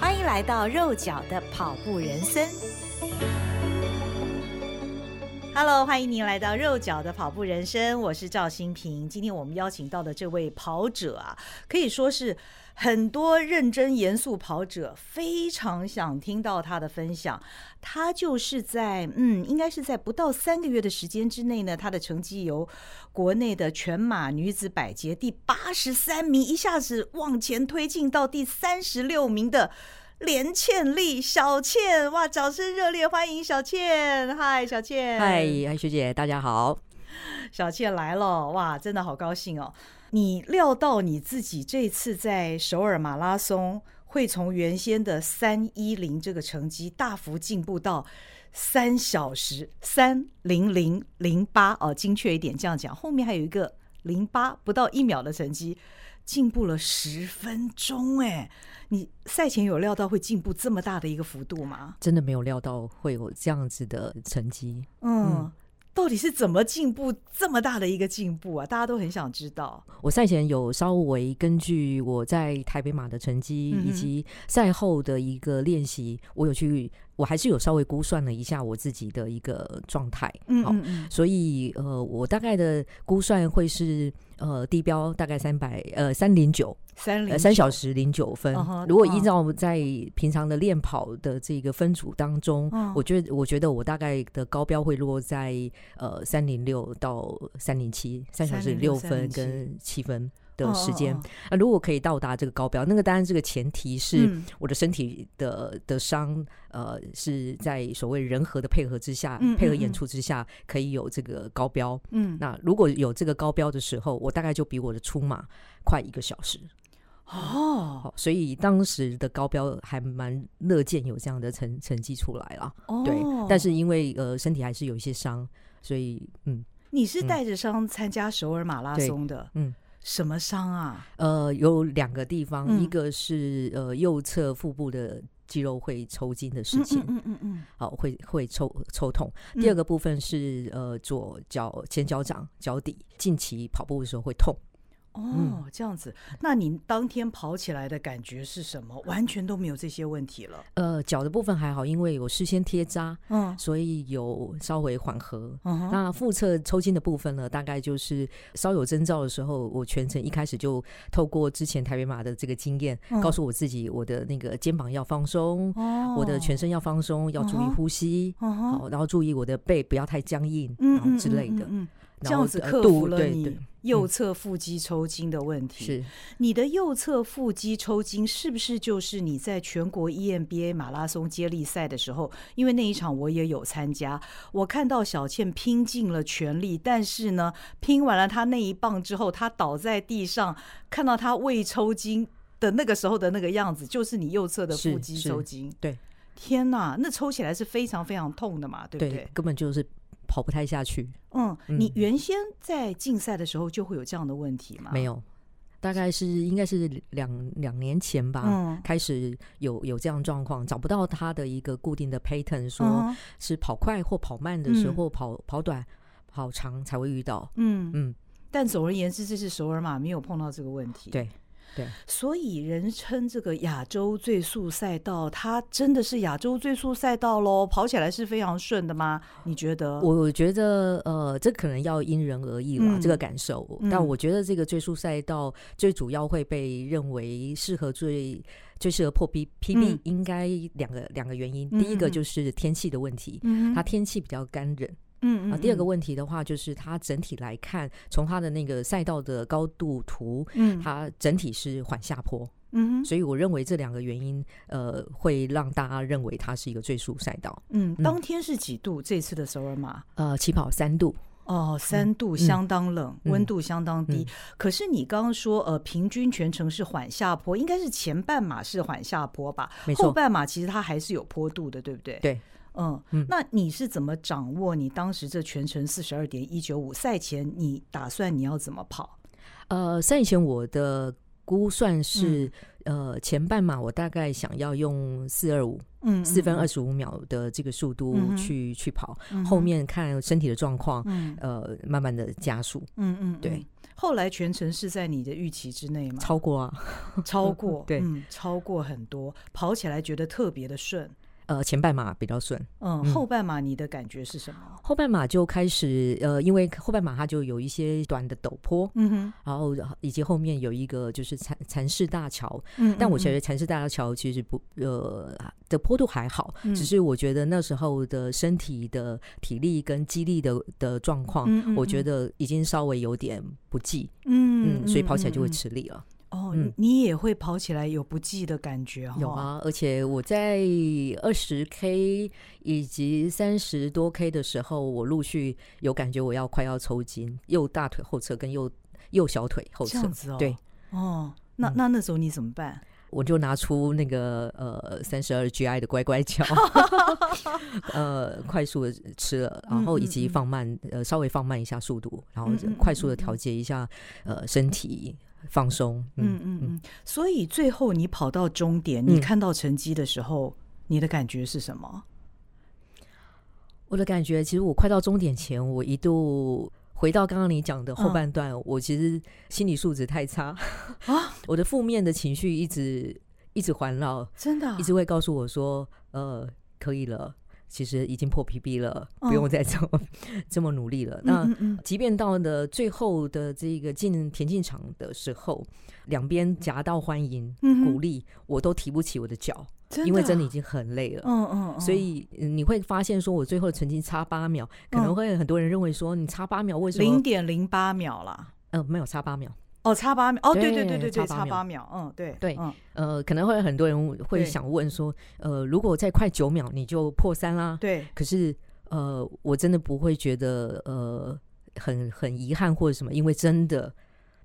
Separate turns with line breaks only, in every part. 欢迎来到肉脚的跑步人生。Hello，欢迎您来到肉脚的跑步人生，我是赵新平。今天我们邀请到的这位跑者啊，可以说是很多认真严肃跑者非常想听到他的分享。他就是在嗯，应该是在不到三个月的时间之内呢，他的成绩由国内的全马女子百捷第八十三名一下子往前推进到第三十六名的。连倩丽，小倩，哇！掌声热烈欢迎小倩，嗨，小倩，
嗨，嗨，学姐，大家好。
小倩来了，哇，真的好高兴哦！你料到你自己这次在首尔马拉松会从原先的三一零这个成绩大幅进步到三小时三零零零八哦，精确一点这样讲，后面还有一个零八不到一秒的成绩，进步了十分钟哎！你赛前有料到会进步这么大的一个幅度吗？
真的没有料到会有这样子的成绩。
嗯，到底是怎么进步这么大的一个进步啊？大家都很想知道。
我赛前有稍微根据我在台北马的成绩
嗯哼
以及赛后的一个练习，我有去，我还是有稍微估算了一下我自己的一个状态。好
嗯
所以呃，我大概的估算会是呃低标大概三百呃三零九
三零
呃三小时零九分
嗯哼。
如果
嗯
依照在平常的练跑的这个分组当中
嗯，
我觉得我觉得我大概的高标会落在呃三零六到三零七，三小时
306
六分
307
跟七分。的时间
哦哦，
那如果可以到达这个高标，那个当然这个前提是
嗯
我的身体的的伤，呃，是在所谓人和的配合之下，
嗯嗯
配合
嗯
演出之下，可以有这个高标。
嗯
那如果有这个高标的时候，我大概就比我的出马快一个小时。
哦
好，所以当时的高标还蛮乐见有这样的成成绩出来了。
哦
对，但是因为呃身体还是有一些伤，所以嗯
你是带着伤参加首尔马拉松的，
对嗯，
什么伤啊？
呃有两个地方，
嗯
一个是呃右侧腹部的肌肉会抽筋的事情，
嗯嗯嗯
好、会会抽抽痛。
嗯
第二个部分是呃左脚前脚掌脚底近期跑步的时候会痛。
嗯，哦，这样子，那你当天跑起来的感觉是什么？完全都没有这些问题了，
呃，脚的部分还好，因为有事先贴扎，
嗯
所以有稍微缓和。
嗯哼，
那腹侧抽筋的部分呢，大概就是稍有征兆的时候，我全程一开始就透过之前台北马的这个经验，
嗯
告诉我自己我的那个肩膀要放松，
哦
我的全，身要放松，要注意
嗯哼
呼吸，
嗯哼，
好，然后注意我的背不要太僵硬，
嗯
然后
嗯
之类
嗯，
的
嗯嗯这
然后
样子
呃
克
肚
服了
对
你
对
右侧腹肌抽筋的问题。
是
你的右侧腹肌抽筋是不是就是你在全国 EMBA 马拉松接力赛的时候？因为那一场我也有参加，我看到小倩拼尽了全力，但是呢，拼完了她那一棒之后，她倒在地上，看到她胃抽筋的那个时候的那个样子，就是你右侧的
是
腹肌
是
抽筋。
对
天哪，那抽起来是非常非常痛的嘛，对不对？
对，根本就是跑不太下去，
嗯，
嗯
你原先在竞赛的时候就会有这样的问题吗？
没
有，
有。大概是应该是两两年前吧，
嗯
开始有有这样的状况，找不到他的一个固定的 pattern，说、
嗯哼
是跑快或跑慢的时
嗯
候，跑跑短、跑长才会遇到。
嗯
嗯，
但总而言之，这次首尔马没有碰到这个问题。，
对，
所以人称这个亚洲最速赛道，它真的是亚洲最速赛道喽？跑起来是非常顺的吗？你觉得？
我觉得呃，这可能要因人而异啦，
嗯
这个感受。但
嗯
我觉得这个追溯赛道最主要会被认为适合最最适合破 B PB，、
嗯
应该两个两个原因，
嗯
第一个
嗯嗯
就是天气的问题。
嗯
它天气比较干冷
嗯
啊。第二个，问题的话，就是它整体来看，从它的那个赛道的高度图，
嗯
它整体是缓下坡。
嗯哼
所以我认为这两个原因，呃，会让大家认为它是一个最速赛道。
嗯，
嗯
当天是几度？这次的首尔马
呃，起跑三度，
哦，三度相当冷，
嗯
温、度相当低。可是你刚刚说，呃，平均全程是缓下坡，应该是前半马是缓下坡吧
没？错
后半马其实它还是有坡度的，对不对？
对，
嗯，那你是怎么掌握你当时这全程四十二点一九五？赛前你打算你要怎么跑？
呃，赛前我的估算
嗯
是，呃，前半马我大概想要用四二五
嗯，
四分二
嗯，
十五秒的这个速度
嗯哼
去、去跑，
嗯
后，面看身体的状况，
嗯
呃，慢慢的加速，
嗯嗯，
对
嗯。后来全程是在你的预期之内吗？
超过啊，
超过，
对
嗯，超过很多，跑起来觉得特别的顺。
呃，前半马比较顺，
嗯，
嗯
后半马你的感觉是什么？
后半马就开始，呃，因为后半马它就有一些短的陡坡，
嗯哼，
然后以及后面有一个就是禅禅市大桥，
嗯
但我觉
得，
得禅市大桥其实不呃的坡度还好，
嗯
只是我觉得那时候的身体的体力跟肌力的的状况，
嗯嗯
我觉
嗯
得已经稍微有点不济，
嗯
嗯，所以跑起来就会
嗯嗯
吃力了。
哦，
嗯
你你也会跑起来有不济的感觉哈？
有，啊，而且我在二十 K 以及三十多 K 的时候，我陆续有感觉我要快要抽筋，右大腿后侧跟右右小腿后
这
侧
样，子哦。
对，
哦，那
嗯
那那时候你怎么办？
我就拿出那个呃三十二 GI 的乖乖 胶，呃，快速的吃了，然后以
嗯嗯
及
嗯
放慢呃稍微放慢一下速度，然后
嗯嗯嗯
快速的
嗯
调节一下呃身体放松，
嗯
嗯
嗯嗯。所以最后你跑到终点，
嗯
你看到成绩的时候，你的感觉是什么？
我的感觉，其实我快到终点前，我一度回到刚刚你讲的后半段，我其实心理素质太差
啊，
我的负面的情绪一直一直环绕，
真的啊
一直会告诉我说，呃，可以了，其实已经破 PB 了，
嗯
不用再这么、这么努力了。那、
嗯嗯
即便到了最后的这个进田径场的时候，两边夹道欢迎、
嗯哼
鼓励，我都提不起我的脚，
嗯，
因为
啊
真的已，经很累了。
嗯嗯，嗯
所以呃你会发现，说我最后成绩差八秒，可能
嗯
会很多人认为说你差八秒为什
零
么？
点零八秒啦。
呃，没有差八秒，
哦，差八秒，哦，对对
对
对对对，
差
差
八
八秒，嗯，对
对
嗯
呃，可能会很多人会
对
想问说，呃，如果再快九秒你就破三啦，
对，
可是呃，我真的不会觉得呃很很遗憾或者什么，因为真的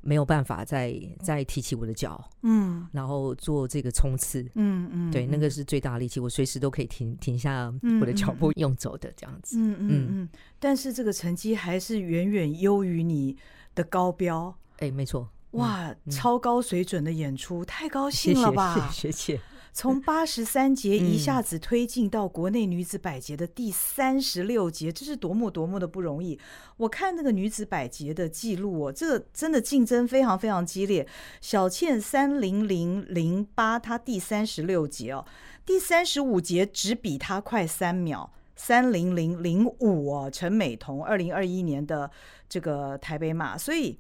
没有办法再再提起我的脚，
嗯
然后做这个冲刺。
嗯嗯，
对，那
嗯
个是最大的力气，我随时都可以停停下
嗯
我的脚
嗯
步用走的这样子。
嗯嗯
嗯
嗯，但是这个成绩还是远远优于你的高标，
哎、没错，嗯，
哇，
嗯
超高水准的演出，太高
谢
兴
谢
了吧！
谢谢谢谢。
从八十三节
嗯
一下子推进到国内女子百节的第三十六节，这是多么多么的不容易！我看那个女子百节的记录哦，这个真的竞争非常非常激烈。小倩三零零零八，她第三十六节哦，第三十五节只比她快三秒。三零零零五哦，陈美彤，二零二一年的这个台北马，所以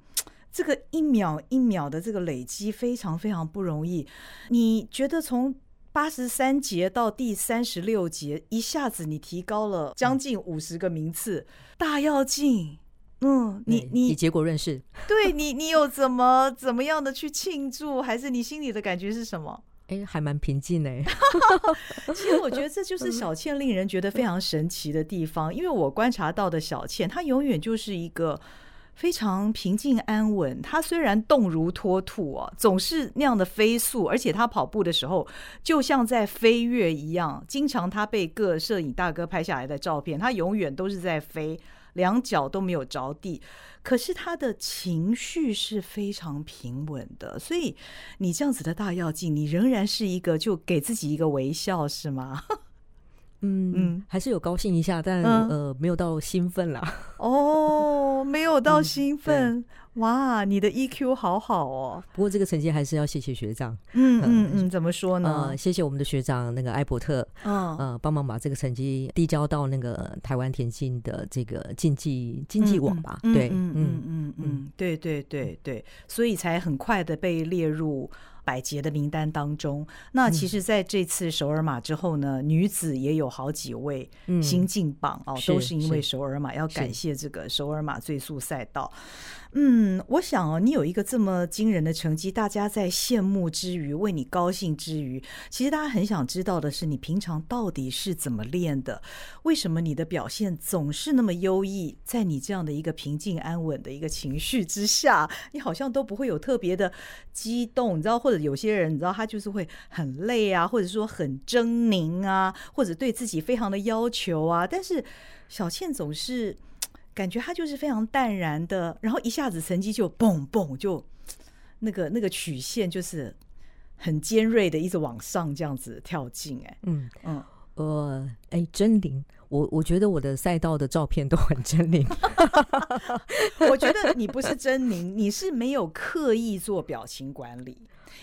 这个一秒一秒的这个累积非常非常不容易。你觉得从八十三节到第三十六节，一下子你提高了将近五十个名次，大跃进。嗯，你
对哎以
你
结果认识。
对你你有怎么怎么样的去庆祝，还是你心里的感觉是什么？
哎，还蛮平 静哎、
其实我觉得这就是小倩令人觉得非常神奇的地方，因为我观察到的小倩，她永远就是一个非常平静安稳。她虽然动如脱兔哦、总是那样的飞速，而且她跑步的时候就像在飞跃一样。经常她被各摄影大哥拍下来的照片，她永远都是在飞，两脚都没有着地。可是她的情绪是非常平稳的，所以你这样子的大跃进，你仍然是一个就给自己一个微笑，是吗？
嗯
嗯
嗯，还是有高兴一下，但、
嗯
呃没有到兴奋啦。
哦，没有到兴奋、哇！你的 EQ 好好哦。
不过这个成绩还是要谢谢学长，
嗯嗯嗯，怎么说呢
呃，？谢谢我们的学长那个艾伯特，
嗯
呃，帮忙把这个成绩递交到那个台湾田径的这个竞技竞技网吧。
嗯
对，
嗯嗯
嗯
嗯嗯，对对对对，所以才很快的被列入百杰的名单当中。那
嗯
其实在这次首尔马之后呢，女子也有好几位
嗯
新进榜哦，
是
都是因为
是
首尔马，要感
是
谢这个首尔马最速赛道。嗯，我想哦，你有一个这么惊人的成绩，大家在羡慕之余，为你高兴之余，其实大家很想知道的是，你平常到底是怎么练的？为什么你的表现总是那么优异？在你这样的一个平静安稳的一个情绪之下，你好像都不会有特别的激动，你知道？或者有些人，你知道他就是会很累啊，或者说很狰狞啊，或者对自己非常的要求啊，但是小倩总是。感觉他就是非常淡然的，然后一下子成绩就蹦蹦就那个那个曲线就是很尖锐的，一直往上这样子跳进、哎，
嗯
嗯，
呃，哎，狰狞，我我觉得我的赛道的照片都很狰狞，
我觉得你不是狰狞，你是没有刻意做表情管理，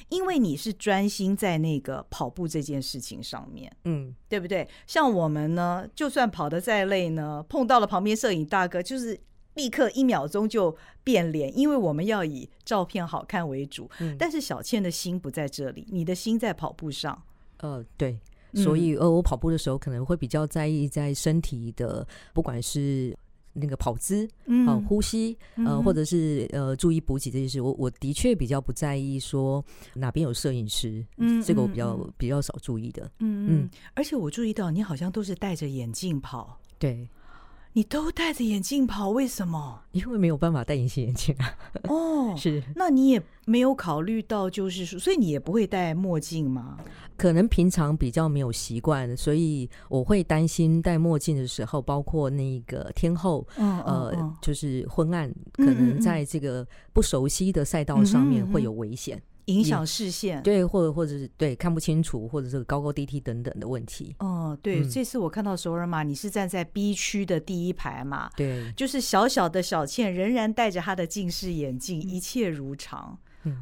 因为你是专心在那个跑步这件事情上面。
嗯，
对不对？像我们呢，就算跑得再累呢，碰到了旁边摄影大哥，就是立刻一秒钟就变脸，因为我们要以照片好看为主。
嗯
但是小倩的心不在这里，你的心在跑步上。
呃，对。
嗯
所以，呃，我跑步的时候可能会比较在意在身体的，不管是那个跑姿
嗯
啊、呼吸，呃，
嗯
或者是呃注意补给这些事，我我的确比较不在意说哪边有摄影师，
嗯
这个我
嗯
比较
嗯
比较少注意的。
嗯嗯
嗯。
而且我注意到你好像都是戴着眼镜跑，
对，
你都戴着眼镜跑，为什 么？
因为没有办法戴隐形眼镜啊，
哦，
是
那你也没有考虑到，就是说，所以你也不会戴墨镜吗？
可能平常比较没有习惯，所以我会担心戴墨镜的时候，包括那个天后。
嗯
呃，
嗯嗯
就是昏暗，可
嗯
能
嗯
在这个不熟悉的赛道上面
嗯哼嗯哼
会有危险，
影响视线。
对，或者或者是对看不清楚，或者是高高低低等等的问题，
哦，对，
嗯
这次我看到首尔马，你是站在 B 区的第一排嘛？
对，
就是小小的小倩仍然戴着她的近视眼镜，一切如常。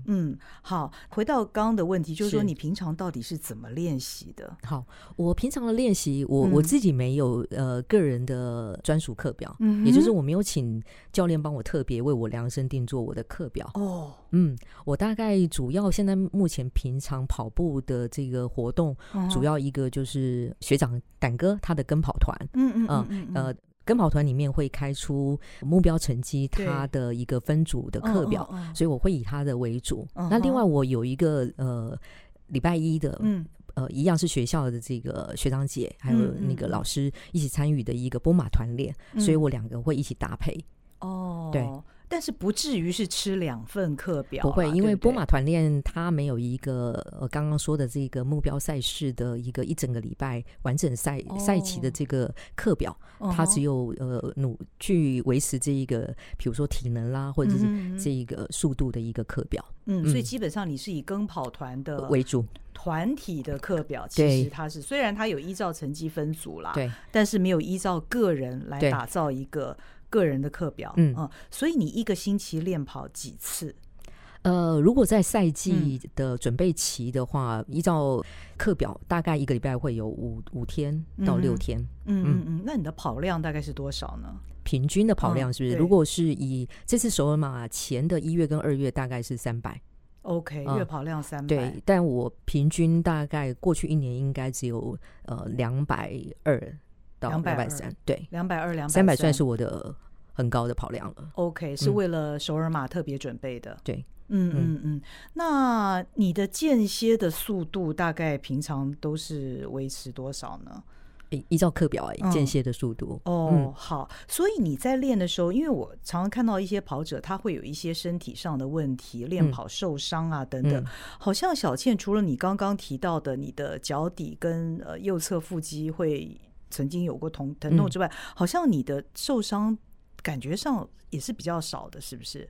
嗯
好，回到刚刚的问题，就是说
是
你平常到底是怎么练习的？
好，我平常的练习，我、我
嗯
自己没有呃个人的专属课表，
嗯
也就是我没有请教练帮我特别为我量身定做我的课表。
哦，
嗯，我大概主要现在目前平常跑步的这个活动，
哦嗯
主要一个就是学长胆哥他的跟跑团，
嗯嗯
呃
嗯嗯嗯
呃。跟跑团里面会开出目标成绩，
对
他的一个分组的
嗯
课表，
嗯嗯
所以我会以他的为主。
嗯
那另
哼
外我有一个呃礼拜一的，
嗯
呃，一样是学校的这个学长姐，还有
嗯嗯
那个
嗯
老师一起参与的一个波马团练，
嗯
所以我两个会一起搭配。
哦
对。
但是不至于是吃两份课表啦，
不会，因为
对
波
对
马团练它没有一个呃刚刚说的这个目标赛事的一个一整个礼拜完整赛赛期的
哦
这个课表，
嗯
它
哼
只有呃努去维持这一个，比如说体能啦，或者
嗯
是
哼嗯哼
这一个速度的一个课表
嗯，所以
嗯
基本上你是以跟跑团的
为主。
团体的课表，其
对
实它是虽然它有依照成绩分组啦，，
对，
但是没有依照个人来
对
打造一个个人的课表，
嗯
所以你一个星期练跑几次？
呃，如果在赛季
嗯
的准备期的话，依照课表，大概一个礼拜会有五五天到
嗯
六
哼
天。
嗯嗯
嗯
嗯，那你的跑量大概是多少呢？
平均的跑
嗯
量是不是？
对
如果是以这次首尔马前的一月跟二月大概是三百，
OK，、
嗯
月跑量三百，
对，但我平均大概过去一年应该只有呃两百二到两
220
百三，对，
两百二两
三百算是我的很高的跑量了。
OK，是
嗯
为了首尔马特别准备的。
对，
嗯
嗯
嗯嗯。那你的间歇的速度大概平常都是维持多少呢？
诶依照课表哎、
嗯
间歇的速度，
哦，
嗯
好，所以你在练的时候，因为我常常看到一些跑者，他会有一些身体上的问题，练
嗯
跑受伤啊等等。
嗯
好像小倩除了你刚刚提到的，你的脚底跟呃右侧腹肌会曾经有过疼疼
嗯
痛之外，好像你的受伤感觉上也是比较少的，是不是？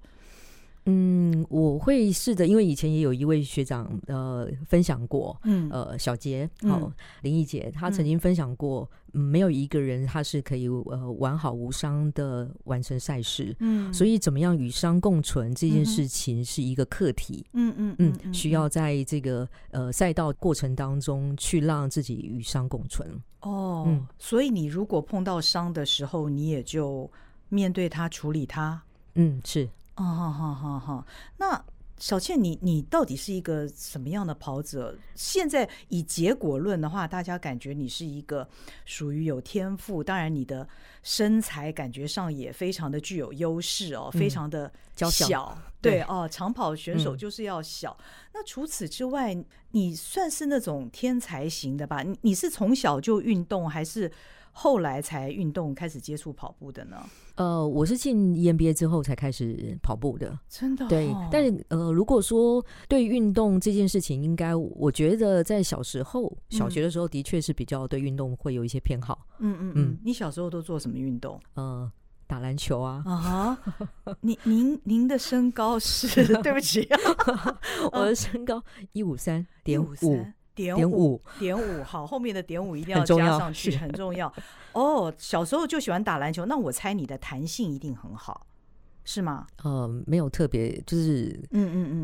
嗯，我会试着，因为以前也有一位学长呃分享过，
嗯
呃，小杰，
嗯
好、林忆杰，她曾
嗯
经分享过，嗯没有一个人他是可以呃完好无伤的完成赛事，
嗯
所
以
以怎么样与伤共存这件
嗯哼
事情是一个课题。
嗯嗯
嗯，需要在这个呃赛道过程当中去让自己与伤共存。
哦，
嗯
所以你如果碰到伤的时候，你也就面对它，处理它。
嗯，是
哦，好好好好，那小倩，你你到底是一个什么样的跑者？现在以结果论的话，大家感觉你是一个属于有天赋，当然你的身材感觉上也非常的具有优势哦，非常的
嗯娇小
对
对
哦，长跑选手
嗯
就是要小。那除此之外，你算是那种天才型的吧？你你是从小就运动，还是后来才运动开始接触跑步的呢？
呃，我是进 EMBA 之后才开始跑步的，
真的、哦
对，但
是
是呃，如果说对运动这件事情，应该我觉得在小时候，小
嗯
学的时候的确是比较对运动会有一些偏好，
嗯嗯嗯
嗯，
你小时候都做什么运动？
呃，打篮球啊，
啊哈， 您您您的身高是 对不起，啊
我的身高哦一五三点五
153点五
点五，
点五，好，后面的点五一定
很
要
重
加
要
上去，
是
很重要。哦，小时候就喜欢打篮球，那我猜你的弹性一定很好，是吗？
呃，没有特别就是。
嗯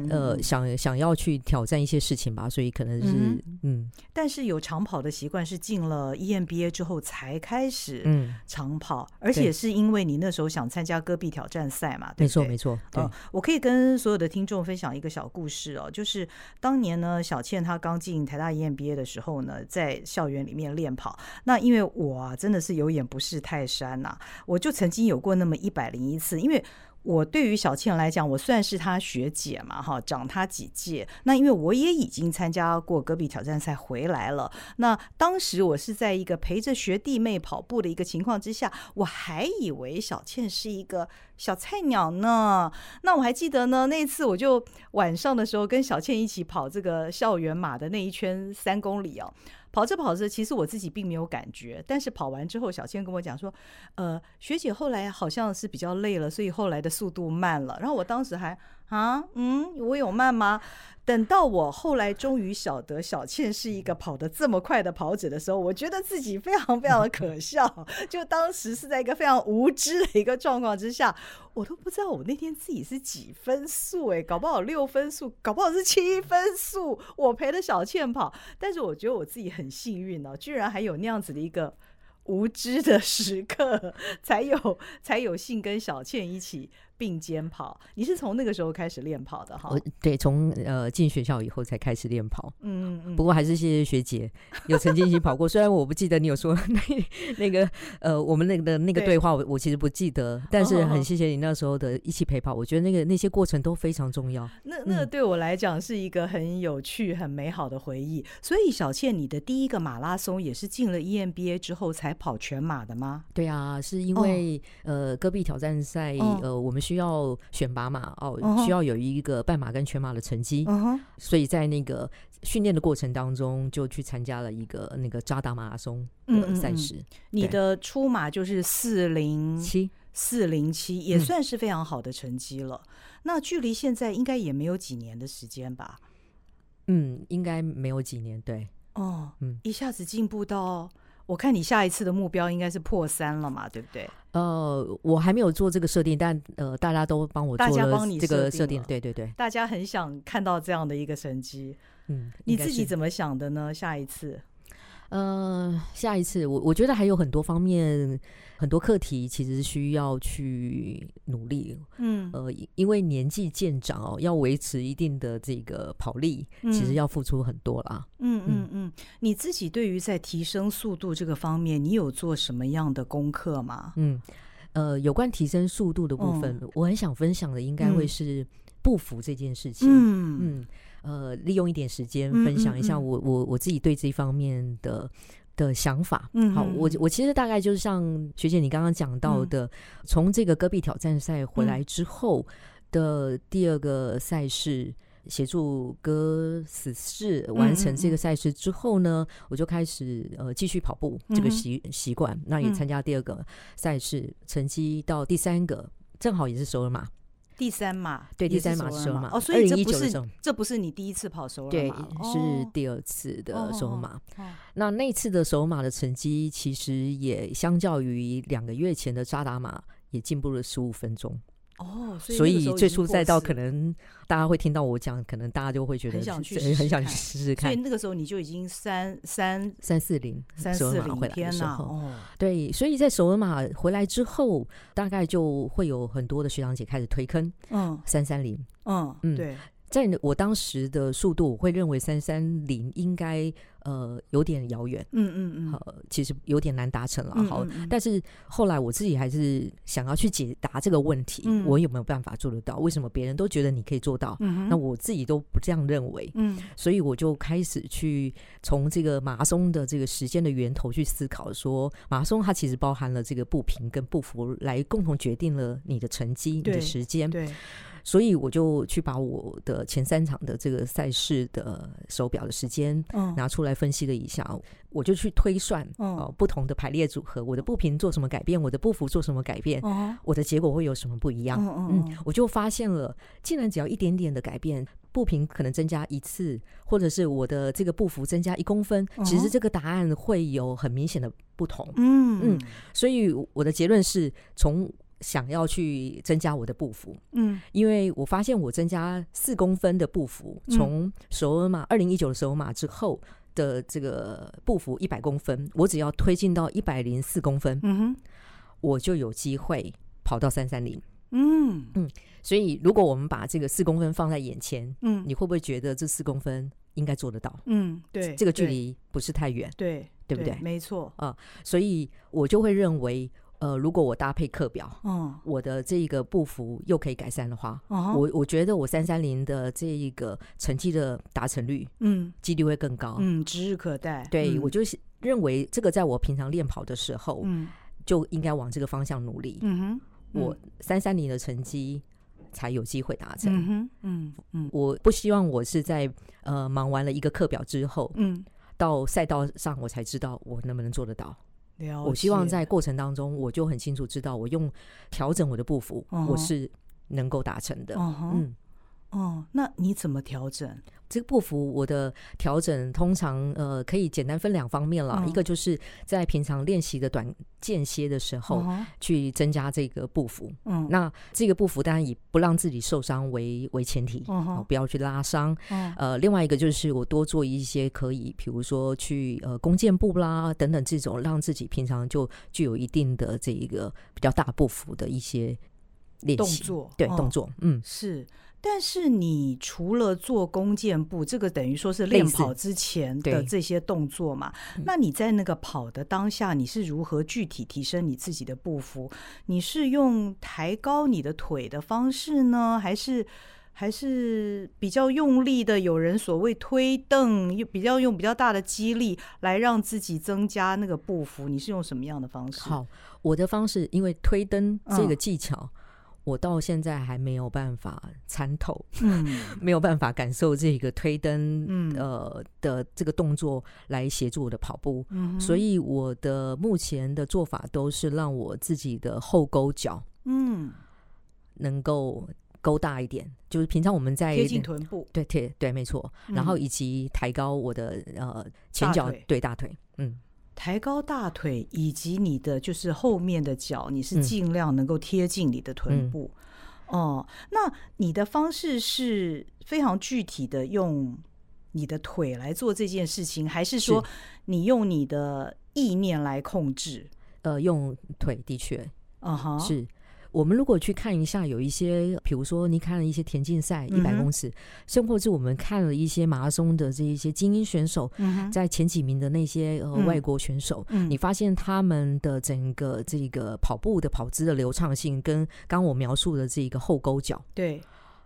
嗯嗯，
呃，
嗯，
想想要去挑战一些事情吧，所以可能是
嗯
嗯
但是有长跑的习惯是进了 E EMBA 之后才开始
嗯，
长跑，而且
对
是因为你那时候想参加戈壁挑战赛嘛，对
没
不
错
对
没错，对
呃，，我可以跟所有的听众分享一个小故事哦，就是当年呢，小倩她刚进台大 E EMBA 的时候呢，在校园里面练跑。那因为我啊，真的是有眼不识泰山呐、我就曾经有过那么一百零一次，因为。我对于小倩来讲，我算是她学姐嘛，哈，长她几届。那因为我也已经参加过戈壁挑战赛回来了，那当时我是在一个陪着学弟妹跑步的一个情况之下，我还以为小倩是一个小菜鸟呢。那我还记得呢，那一次我就晚上的时候跟小倩一起跑这个校园马的那一圈三公里哦。跑着跑着，其实我自己并没有感觉，但是跑完之后，小倩跟我讲说，呃，学姐后来好像是比较累了，所以后来的速度慢了。然后我当时还啊，嗯，我有慢吗？等到我后来终于晓得小倩是一个跑得这么快的跑者的时候，我觉得自己非常非常的可笑，就当时是在一个非常无知的一个状况之下，我都不知道我那天自己是几分数哎、搞不好六分数，搞不好是七分数，我陪着小倩跑，但是我觉得我自己很幸运哦、居然还有那样子的一个无知的时刻，才有才有幸跟小倩一起并肩跑。你是从那个时候开始练跑的哈？
我对从呃进学校以后才开始练跑，
嗯嗯嗯，
不过还是谢谢学姐，有曾经一起跑过。虽然我不记得你有说 那那个呃，我们那个的那个
对
对话，我我其实不记得，但是
哦
很谢谢你那时候的一起陪跑。我觉得那个那些过程都非常重要。
那那个
嗯
对我来讲是一个很有趣、很美好的回忆。所以小倩，你的第一个马拉松也是进了 E EMBA 之后才跑全马的吗？
对啊，是因
哦
为、呃戈壁挑战赛、
哦
呃我们需要选拔马哦，
嗯哼
需要有一个半马跟全马的成绩，
嗯哼，
所以在那个训练的过程当中，就去参加了一个那个扎达马拉松
嗯嗯
的赛
嗯
事，
你的出马就是四零
七、
四零七，也
嗯
算是非常好的成绩了。那距离现在应该也没有几年的时间吧？
嗯，应该没有几年，对，
哦，
嗯
一下子进步到，我看你下一次的目标应该是破三了嘛，对不对？
呃，我还没有做这个设定，但呃，大家都帮我
大
做
家
了
帮你
这个
设定
设定，
了
对对对，
大家很想看到这样的一个成绩，
嗯，
你
应该
自己
是
怎么想的呢？下一次？
呃，下一次我我觉得还有很多方面，很多课题其实需要去努力，
嗯
呃，因因为年纪渐长哦，要维持一定的这个跑力，
嗯
其实要付出很多啦。
嗯嗯
嗯
嗯，你自己对于在提升速度这个方面，你有做什么样的功课吗？
嗯，呃，有关提升速度的部分，我很想分享的应该
嗯
会是步幅这件事情。
嗯
嗯，呃，利用一点时间
嗯
分享一下
嗯嗯
我、我我自己对这一方面的的想法。
嗯
好，
嗯
我
嗯
我其实大概就是像学姐你刚刚讲到的，从这个戈壁挑战赛回
嗯
来之后的第二个赛事。协助哥死士
嗯
完成这个赛事之后呢，我就开始呃继续跑步
嗯
这
哼
个习习惯，那也
嗯
参加第二个赛事，成绩到第三个，正好也是首尔马，
第三码，也
对，第
是
三马
首
是首
尔
尔
马
马，
哦，所以这
2019
不
的
是
时候
这不是你第一次跑首尔
对
马了，
是
哦
第二次的
哦
首
哦
尔马。
哦
那那次的首尔马的成绩，其实也相较于两个月前的扎达马。也进步了十五分钟，
哦，
所
那个
以
时候已
最
经
初
破
赛道
四
可能大家会听到我讲，可能大家就会觉得
很想去
这
试试
很想去
看
试试
所以
看嗯
那个时候你就已经三三
三四零
三
首
四
尔马
零，
回来的
天
时
呐，
候，
哦，
对，所以在首尔马回来之后，大概就会有很多的学长姐开始推坑
嗯
三三零，
嗯
嗯
对，
在我当时的速度，我会认为三三零应该呃有点遥远，
嗯嗯嗯，
呃，其实有点难达成了。
嗯
好
嗯嗯，
但是后来我自己还是想要去解答这个问题，
嗯
我有没有办法做得到？为什么别人都觉得你可以做到，
嗯哼
那我自己都不这样认为？
嗯
所以我就开始去从这个马拉松的这个时间的源头去思考说，马拉松它其实包含了这个步频跟步幅来共同决定了你的成绩、你
对
的时间。
对，
所以我就去把我的前三场的这个赛事的手表的时间
嗯
拿出来分析了一下，我就去推算
嗯
哦、不同的排列组合，我的步频做什么改变，我的步幅做什么改变，
哦，
我的结果会有什么不一样。
嗯嗯
嗯，我就发现了，竟然只要一点点的改变，步频可能增加一次，或者是我的这个步幅增加一公分，其
哦
实这个答案会有很明显的不同。
嗯
所以我的结论是从想要去增加我的步幅，
嗯
因为我发现我增加四公分的步幅，
嗯
从首尔马二零一九首尔马之后。的这个步幅一百公分，我只要推进到一百零四公分，
嗯哼
我就有机会跑到三三零。
嗯
所以，如果我们把这个四公分放在眼前，
嗯
你会不会觉得这四公分应该做得到？
嗯，对，
这个距
对
离不是太远，
对
对不对
没错，
所以我就会认为，呃，如果我搭配课表，
嗯
我的这个步幅又可以改善的话，
哦，
我我觉得我三三零的这一个成绩的达成率
嗯
几率会更高。
嗯指日可待，
啊对，
嗯
我就是认为这个在我平常练跑的时候、
嗯
就应该往这个方向努力，
嗯哼，
我三三零的成绩才有机会达成。
嗯哼嗯嗯
我不希望我是在呃忙完了一个课表之后，
嗯，
到赛道上我才知道我能不能做得到。
了解，
我希望在过程当中，我就很清楚知道我用调整我的步幅，
嗯哼
我是能够达成的。
嗯哼
嗯，
哦，那你怎么调整？
这个步幅我的调整通常呃可以简单分两方面啦，
嗯
一个就是在平常练习的短间歇的时候。
哦
去增加这个步幅，
嗯
那这个步幅当然以不让自己受伤为为前提，
嗯
哦
哼
不要去拉伤，
嗯
呃，另外一个就是我多做一些可以，比如说去呃弓箭步啦等等这种，让自己平常就具有一定的这一个比较大步幅的一些练
动
习，
作
对、
哦
动作，嗯，
是，但是你除了做弓箭步，这个等于说是
类
练
似
跑之前的
对嗯
这些动作嘛？那你在那个跑的当下，你是如何具体提升你自己的步幅？你是用抬高你的腿的方式呢，还是？还是比较用力的，有人所谓推蹬，又比较用比较大的肌力来让自己增加那个步幅。你是用什么样的方式？，
好，我的方式因为推灯这个
嗯
技巧。我到现在还没有办法参透，
嗯
没有办法感受这个推灯，
嗯
呃的这个动作来协助我的跑步，
嗯哼，
所以我的目前的做法都是让我自己的后勾脚
嗯，
能够勾大一点，就是平常我们在
贴近臀部，
对贴对没错，然后以及抬高我的呃前脚
腿
对大腿，嗯，
抬高大腿以及你的就是后面的脚，你是
嗯
尽量能够贴近你的臀部。哦，那你的方式是非常具体的，用你的腿来做这件事情，还是说你用你的意念来控制？
呃用腿的确
啊哈，
是。我们如果去看一下，有一些，比如说你看了一些田径赛一百
嗯哼
公尺，甚或是我们看了一些马拉松的这一些精英选手，
嗯哼，
在前几名的那些呃
嗯
外国选手，
嗯
你发现他们的整个这个跑步的跑姿的流畅性，跟刚我描述的这个后勾脚，
对，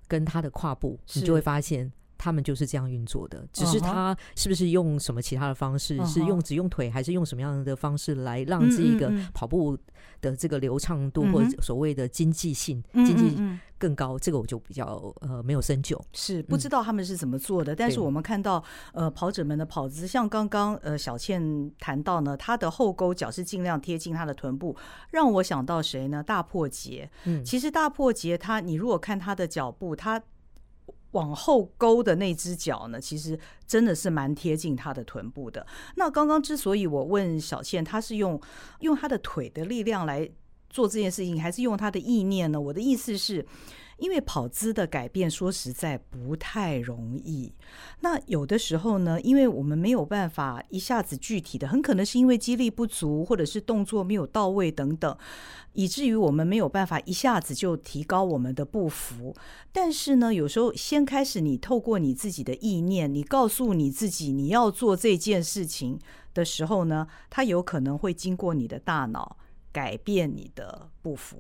跟他的胯部，
是
你就会发现他们就是这样运作的。只是
嗯哼
他是不是用什么其他的方式
嗯哼
是用只用腿，还是用什么样的方式来让这一个
嗯嗯嗯
跑步的这个流畅度
嗯哼
或者所谓的经济性、
嗯嗯
经济
嗯
更高？这个我就比较呃没有深究。
是不
嗯
知道他们是怎么做的，但是
对
我们看到呃跑者们的跑姿，像刚刚呃小倩谈到呢，她的后勾脚是尽量贴近她的臀部，让我想到谁呢？大破节。
嗯，
其实大破节他，你如果看他的脚步，他往后勾的那只脚呢，其实真的是蛮贴近他的臀部的。那刚刚之所以我问小倩，她是用用她的腿的力量来。做这件事情，还是用他的意念呢？我的意思是，因为跑姿的改变，说实在不太容易。那有的时候呢，因为我们没有办法一下子具体的，很可能是因为肌力不足，或者是动作没有到位等等，以至于我们没有办法一下子就提高我们的步幅。但是呢，有时候先开始，你透过你自己的意念，你告诉你自己你要做这件事情的时候呢，它有可能会经过你的大脑改变你的步幅。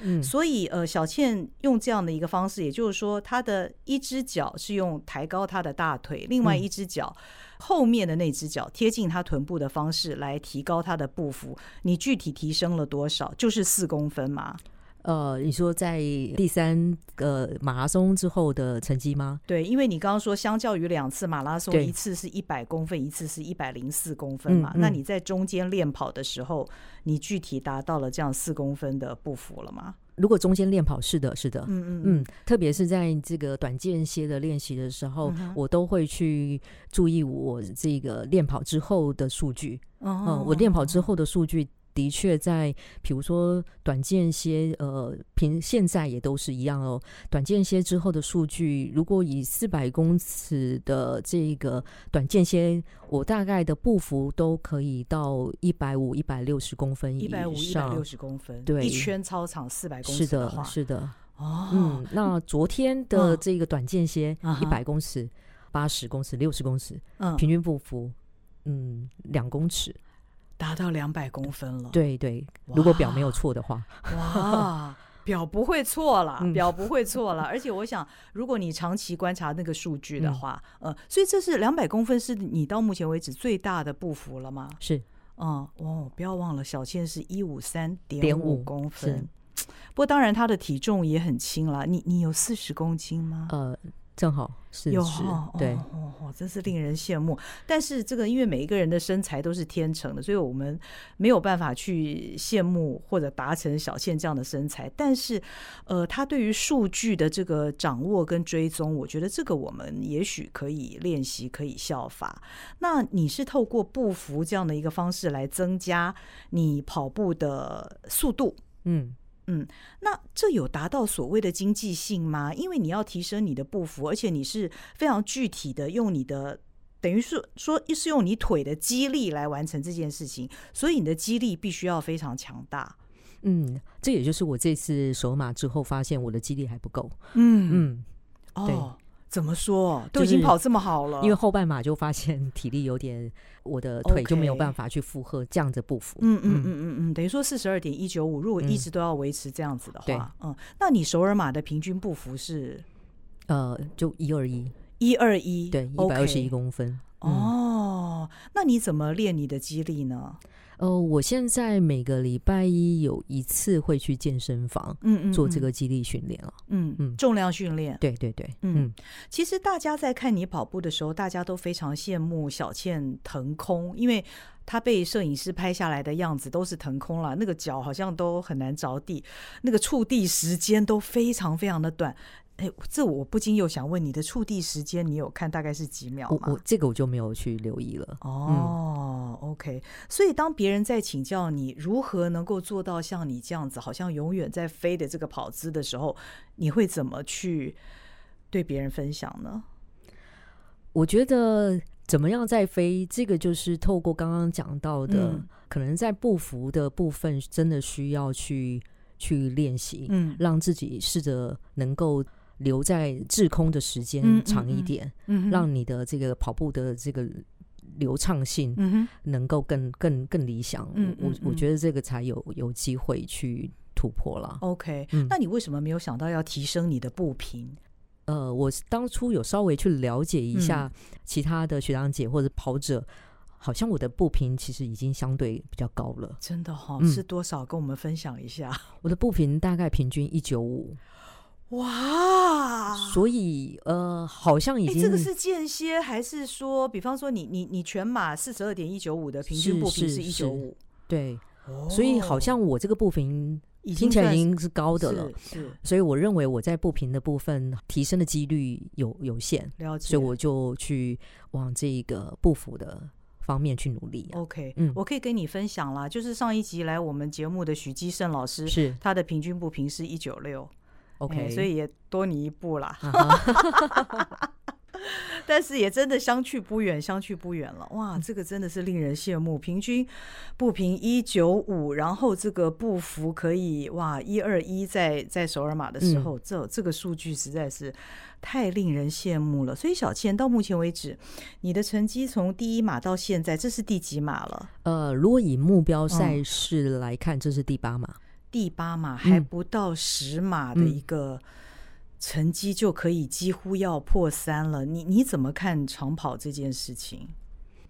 嗯，
所以呃，小倩用这样的一个方式，也就是说，她的一只脚是用抬高她的大腿，另
嗯
外一只脚、后面的那只脚贴近她臀部的方式来提高她的步幅。你具体提升了多少？就是四公分嘛。
呃，你说在第三个马拉松之后的成绩吗？
对，因为你刚刚说，相较于两次马拉松，
对
一次是一百公分，一次是一百零四公分嘛，
嗯嗯
那你在中间练跑的时候，你具体达到了这样四公分的步幅了吗？
如果中间练跑，是的，是的，
嗯
嗯，特别是在这个短间歇的练习的时
嗯
候，我都会去注意我这个练跑之后的数据。
嗯
嗯，我练跑之后的数据的确在，比如说短间歇，呃，平现在也都是一样哦。短间歇之后的数据，如果以四百公尺的这个短间歇，我大概的步幅都可以到一百五、一百六十公分以
一百
上。
五、一百六十公分，
对
一圈操场四百公
是
尺话，
的，是的。
哦，
嗯，那昨天的
嗯
这个短间歇
啊哈
一百公尺、八十公尺、六十公尺，
嗯，
平均步幅嗯两公尺。
达到两百公分了，
对对，如果表没有
哇
错的话，
哇，表不会错了，
嗯
表不会错了。而且我想，如果你长期观察那个数据
嗯
的话，呃，所以这是两百公分是你到目前为止最大的步幅了吗？
是
嗯，哦，不要忘了，小倩是一五三点五
153.5
公
是
分。不过当然，她的体重也很轻了。你你有四十公斤吗？
呃，正好是
有
是
哦，
对
哦，哦哦，真是令人羡慕。但是这个，因为每一个人的身材都是天成的，所以我们没有办法去羡慕或者达成小倩这样的身材。但是，呃，她对于数据的这个掌握跟追踪，我觉得这个我们也许可以练习，可以效法。那你是透过步幅这样的一个方式来增加你跑步的速度，
嗯
那这有达到所谓的经济性吗？因为你要提升你的步幅，而且你是非常具体的用你的。等于是说，是用你腿的肌力来完成这件事情，所以你的肌力必须要非常强大。
嗯，这也就是我这次首马之后发现我的肌力还不够，
嗯，
嗯，对
哦，怎么说？都
就
已经
是
跑这么好了，
嗯因为后半马就发现 体力有点，我的腿就没有
OK
办法去负荷这样的步幅，
嗯嗯嗯嗯嗯，等于说四十二点一九五，如果一直都要维持这样子的
嗯对
话，嗯，那你首尔马的平均步幅是
呃，就一二一，
一二一，
对，一百二十一公分，嗯
哦，那你怎么练你的肌力呢？
呃，我现在每个礼拜一有一次会去健身房
嗯嗯，
做这
嗯
个肌力训练了。
嗯嗯，
嗯
重量训练。
对对对，
嗯
嗯
其实大家在看你跑步的时候，大家都非常羡慕小倩腾空，因为她被摄影师拍下来的样子都是腾空了，那个脚好像都很难着地，那个触地时间都非常非常的短。哎，这我不禁又想问你的触地时间，你有看大概是几秒
我
吗？
我这个我就没有去留意了。
哦、o k 所以当别人在请教你如何能够做到像你这样子，好像永远在飞的这个跑姿的时候，你会怎么去对别人分享呢？
我觉得怎么样在飞，这个就是透过刚刚讲到的，
嗯
可能在步幅的部分，真的需要去去练习，
嗯
让自己试着能够留在滞空的时
嗯嗯
间长一
嗯
点，
嗯
让你的这个跑步的这个流畅性
嗯哼
能够更更更理想，
嗯
我
嗯
我
嗯
觉得这个才有有机会去突破啦。
，OK，、
嗯
哦那你为什么没有想到要提升你的步频？
呃，我是当初有稍微去了解一下
嗯
其他的学长姐或者跑者，好像我的步频其实已经相对比较高了，
真的哈、哦，
嗯
是多少？跟我们分享一下。
我的步频大概平均一九五，
哇
所以呃，好像已
哎，
经、
啊这个是间歇，还是说，比方说你你你全马四十二点一九五的平均
是
步频
是
是一九五，
对，所以好像我这个步频
已经
听起来
算
已
是
经是高的了。
是是
所以我认为我在步频的部分提升的几率有有限，
了解，
所以我就去往这个步幅的方面去努力、啊。
OK，
嗯
我可以跟你分享啦，就是上一集来我们节目的许基胜老师，
是
他的平均步频是一九六哎
，OK，
所以也多你一步啦，
啊哈
但是也真的相去不远，相去不远了。哇，这个真的是令人羡慕，平均步频一九五，然后这个步幅可以哇一二一，121在在首尔马的
嗯
时候，这这个数据实在是太令人羡慕了。所以小倩到目前为止，你的成绩从第一马到现在，这是第几马了？
呃，如果以目标
嗯
赛事来看，这是第八嘛？
第八马
嗯
还不到十马的一个成绩就可以几乎要破三了，你你怎么看长跑这件事情？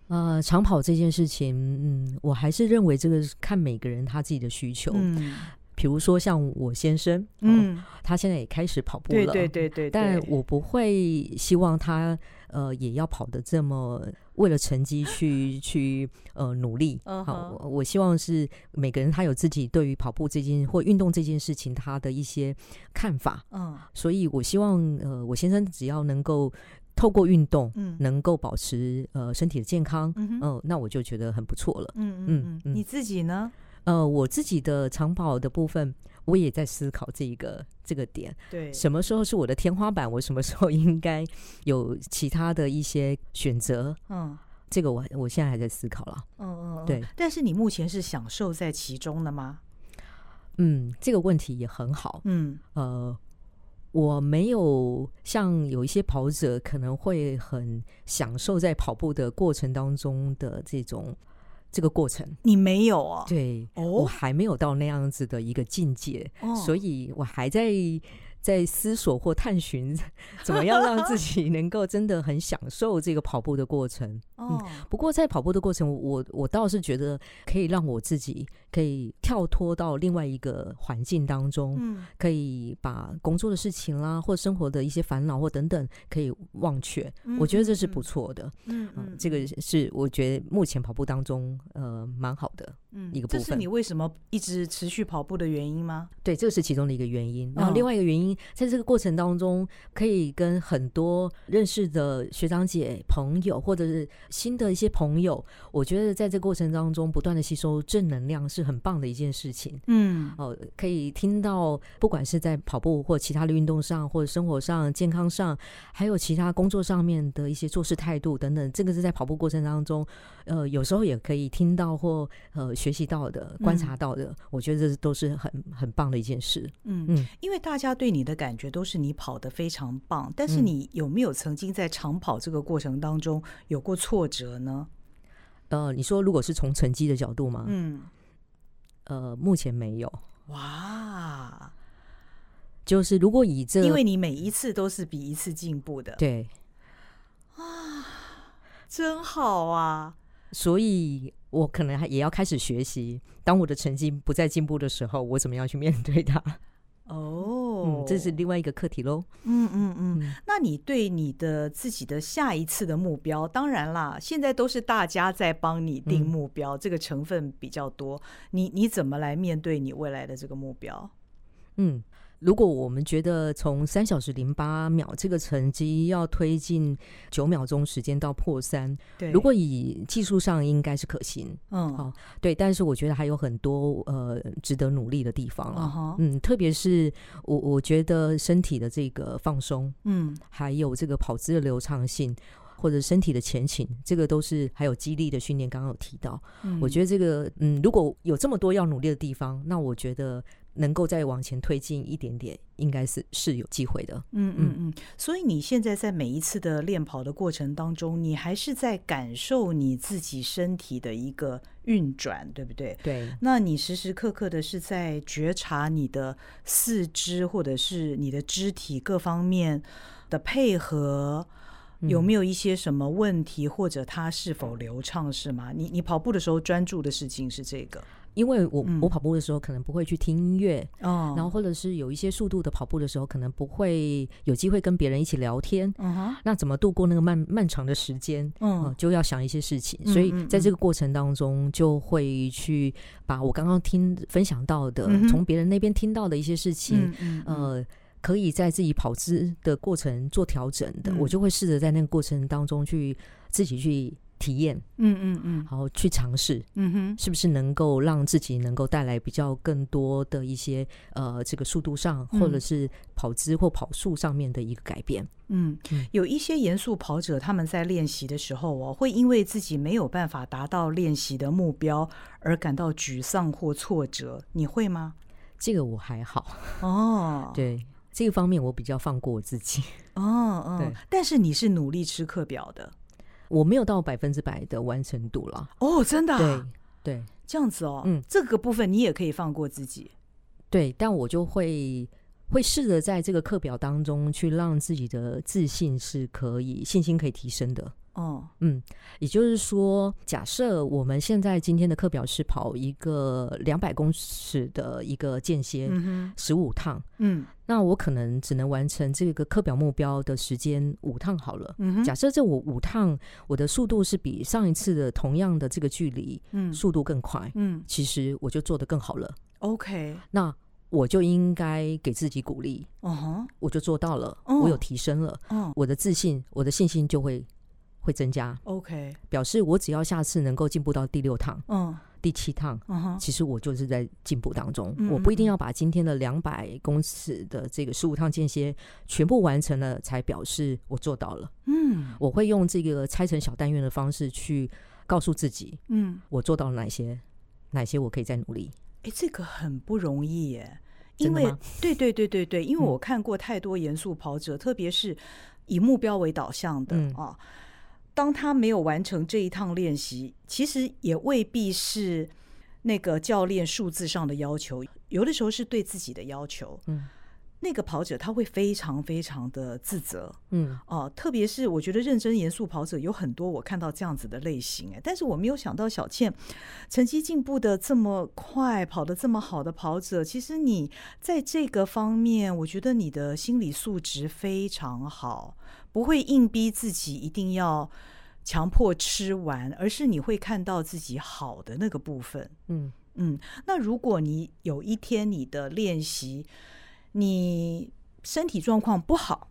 呃，长跑这件事情，嗯，我还是认为这个是看每个人他自己的需求。
嗯
比如说像我先生，嗯，
嗯，
他现在也开始跑步
对
了，
对对对，
但
对
我不会希望他呃也要跑得这么为了成绩去去呃努力。
嗯
好
哼，
我我希望是每个人他有自己对于跑步这件或运动这件事情他的一些看法，
嗯
所以我希望呃我先生只要能够透过运动
嗯
能够保持呃身体的健康，
嗯哼
嗯、那我就觉得很不错了。
嗯嗯
嗯
嗯，
嗯
你自己呢？
呃，我自己的长跑的部分，我也在思考这一个这个点。
对，
什么时候是我的天花板？我什么时候 应该有其他的一些选择？
嗯
这个我我现在还在思考了。
嗯嗯，嗯
对。
但是你目前是享受在其中的吗？
嗯，这个问题也很好。
嗯
呃，我没有像有一些跑者可能会很享受在跑步的过程当中的这种这个过程。
你没有哦，
对，我
哦，
还没有到那样子的一个境界，
哦
所以我还在在思索或探寻怎么样让自己能够真的很享受这个跑步的过程。
哦，
不过在跑步的过程，我我倒是觉得可以让我自己可以跳脱到另外一个环境当中，
嗯
可以把工作的事情啦，或生活的一些烦恼或等等可以忘却。
嗯
我觉得这是
嗯
不错的，
嗯
嗯，
嗯，
这个是我觉得目前跑步当中呃蛮好的。
嗯
一个
这
部
是
分
你为什么一直持续跑步的原因吗？
对，这是其中的一个原因。然后
嗯
另外一个原因，在这个过程当中，可以跟很多认识的学长姐、朋友，或者是新的一些朋友，我觉得在这个过程当中，不断的吸收正能量是很棒的一件事情。
嗯
哦，可以听到，不管是在跑步或其他的运动上，或者生活上、健康上，还有其他工作上面的一些做事态度等等，这个是在跑步过程当中，呃，有时候也可以听到或呃学习到的、观察到的，我觉得这都是很很棒的一件事。
嗯
嗯，
因为大家对你的感觉都是你跑得非常棒，但是
嗯
你有没有曾经在长跑这个过程当中有过挫折呢？
呃，你说如果是从成绩的角度吗？
嗯，
呃，目前没有，
哇，
就是如果以这
因为你每一次都是比一次进步的，
对，
真好啊！
所以我可能还也要开始学习，当我的成绩不再进步的时候，我怎么样去面对它？
哦
嗯，，这是另外一个课题喽。
嗯嗯嗯
嗯。
那你对你的自己的下一次的目标，当然啦，现在都是大家在帮你定
嗯
目标，这个成分比较多。你你怎么来面对你未来的这个目标？
嗯，如果我们觉得从三小时零八秒这个成绩要推进九秒钟时间到破三，
对，
如果以技术上应该是可行，
嗯
好对，但是我觉得还有很多呃值得努力的地方
嗯
啊。
哼
嗯，特别是我我觉得身体的这个放松，
嗯
还有这个跑姿的流畅性。或者身体的前倾，这个都是还有肌力的训练，刚刚有提到。
嗯，
我觉得这个，嗯，如果有这么多要努力的地方，那我觉得能够再往前推进一点点，应该是是有机会的。
嗯嗯嗯，所以你现在在每一次的练跑的过程当中，你还是在感受你自己身体的一个运转，对不对？
对，
那你时时刻刻的是在觉察你的四肢或者是你的肢体各方面的配合，
嗯
有没有一些什么问题，或者它是否流畅，是吗？你你跑步的时候专注的事情是这个
因为我、
嗯
我跑步的时候可能不会去听音乐，
哦
然后或者是有一些速度的跑步的时候，可能不会有机会跟别人一起聊天。
嗯哼
那怎么度过那个漫漫长的时间？呃
嗯
就要想一些事情，
嗯
所以
嗯
在这个过程当中，就会去把我刚刚听分享到的
嗯哼，
从别人那边听到的一些事情，
嗯嗯
呃，可以在自己跑姿的过程做调整的，
嗯
我就会试着在那个过程当中去自己去体验，
嗯嗯嗯
然后去尝试，
嗯哼，
是不是能够让自己能够带来比较更多的一些呃这个速度上，
嗯
或者是跑姿或跑速上面的一个改变？
嗯
嗯，
有一些严肃跑者，他们在练习的时候哦，会因为自己没有办法达到练习的目标而感到沮丧或挫折，你会吗？
这个我还好，
哦，，
对这个方面我比较放过我自己，
哦哦
对，
但是你是努力吃课表的
我没有到百分之百的完成度了。
哦，真的、
对
啊，
对
这样子哦，
嗯，
这个部分你也可以放过自己，
对，但我就会会试着在这个课表当中去让自己的自信是可以信心可以提升的。
哦，
嗯，也就是说，假设我们现在今天的课表是跑一个两百公尺的一个间歇
嗯哼，
十五趟，
嗯
那我可能只能完成这个课表目标的时间五趟好了。
嗯哼，
假设这我五趟，我的速度是比上一次的同样的这个距离
嗯
速度更快，
嗯
其实我就做得更好了。
，OK，
那我就应该给自己鼓励，
哦哼，
我就做到了，
哦
我有提升了，
哦
我的自信，我的信心就会会增加，
，OK，
表示我只要下次能够进步到第六趟、
嗯
第七趟。
嗯哼，
其实我就是在进步当中，
嗯
我不一定
嗯嗯
要把今天的两百公尺的这个十五趟间歇全部完成了，才表示我做到了。
嗯
我会用这个拆成小单元的方式去告诉自己，
嗯，
我做到了哪些，哪些我可以再努力。
哎，这个很不容易耶，因
真的
为
吗
对对对对对，因为
嗯
我看过太多严肃跑者，特别是以目标为导向的
嗯
啊，当他没有完成这一趟练习，其实也未必是那个教练数字上的要求，有的时候是对自己的要求。
嗯
那个跑者他会非常非常的自责，
嗯
哦，特别是我觉得认真严肃跑者有很多，我看到这样子的类型哎，但是我没有想到小倩成绩进步的这么快，跑得这么好的跑者，其实你在这个方面，我觉得你的心理素质非常好，不会硬逼自己一定要强迫吃完，而是你会看到自己好的那个部分。
嗯
嗯，那如果你有一天你的练习，你身体状况不好，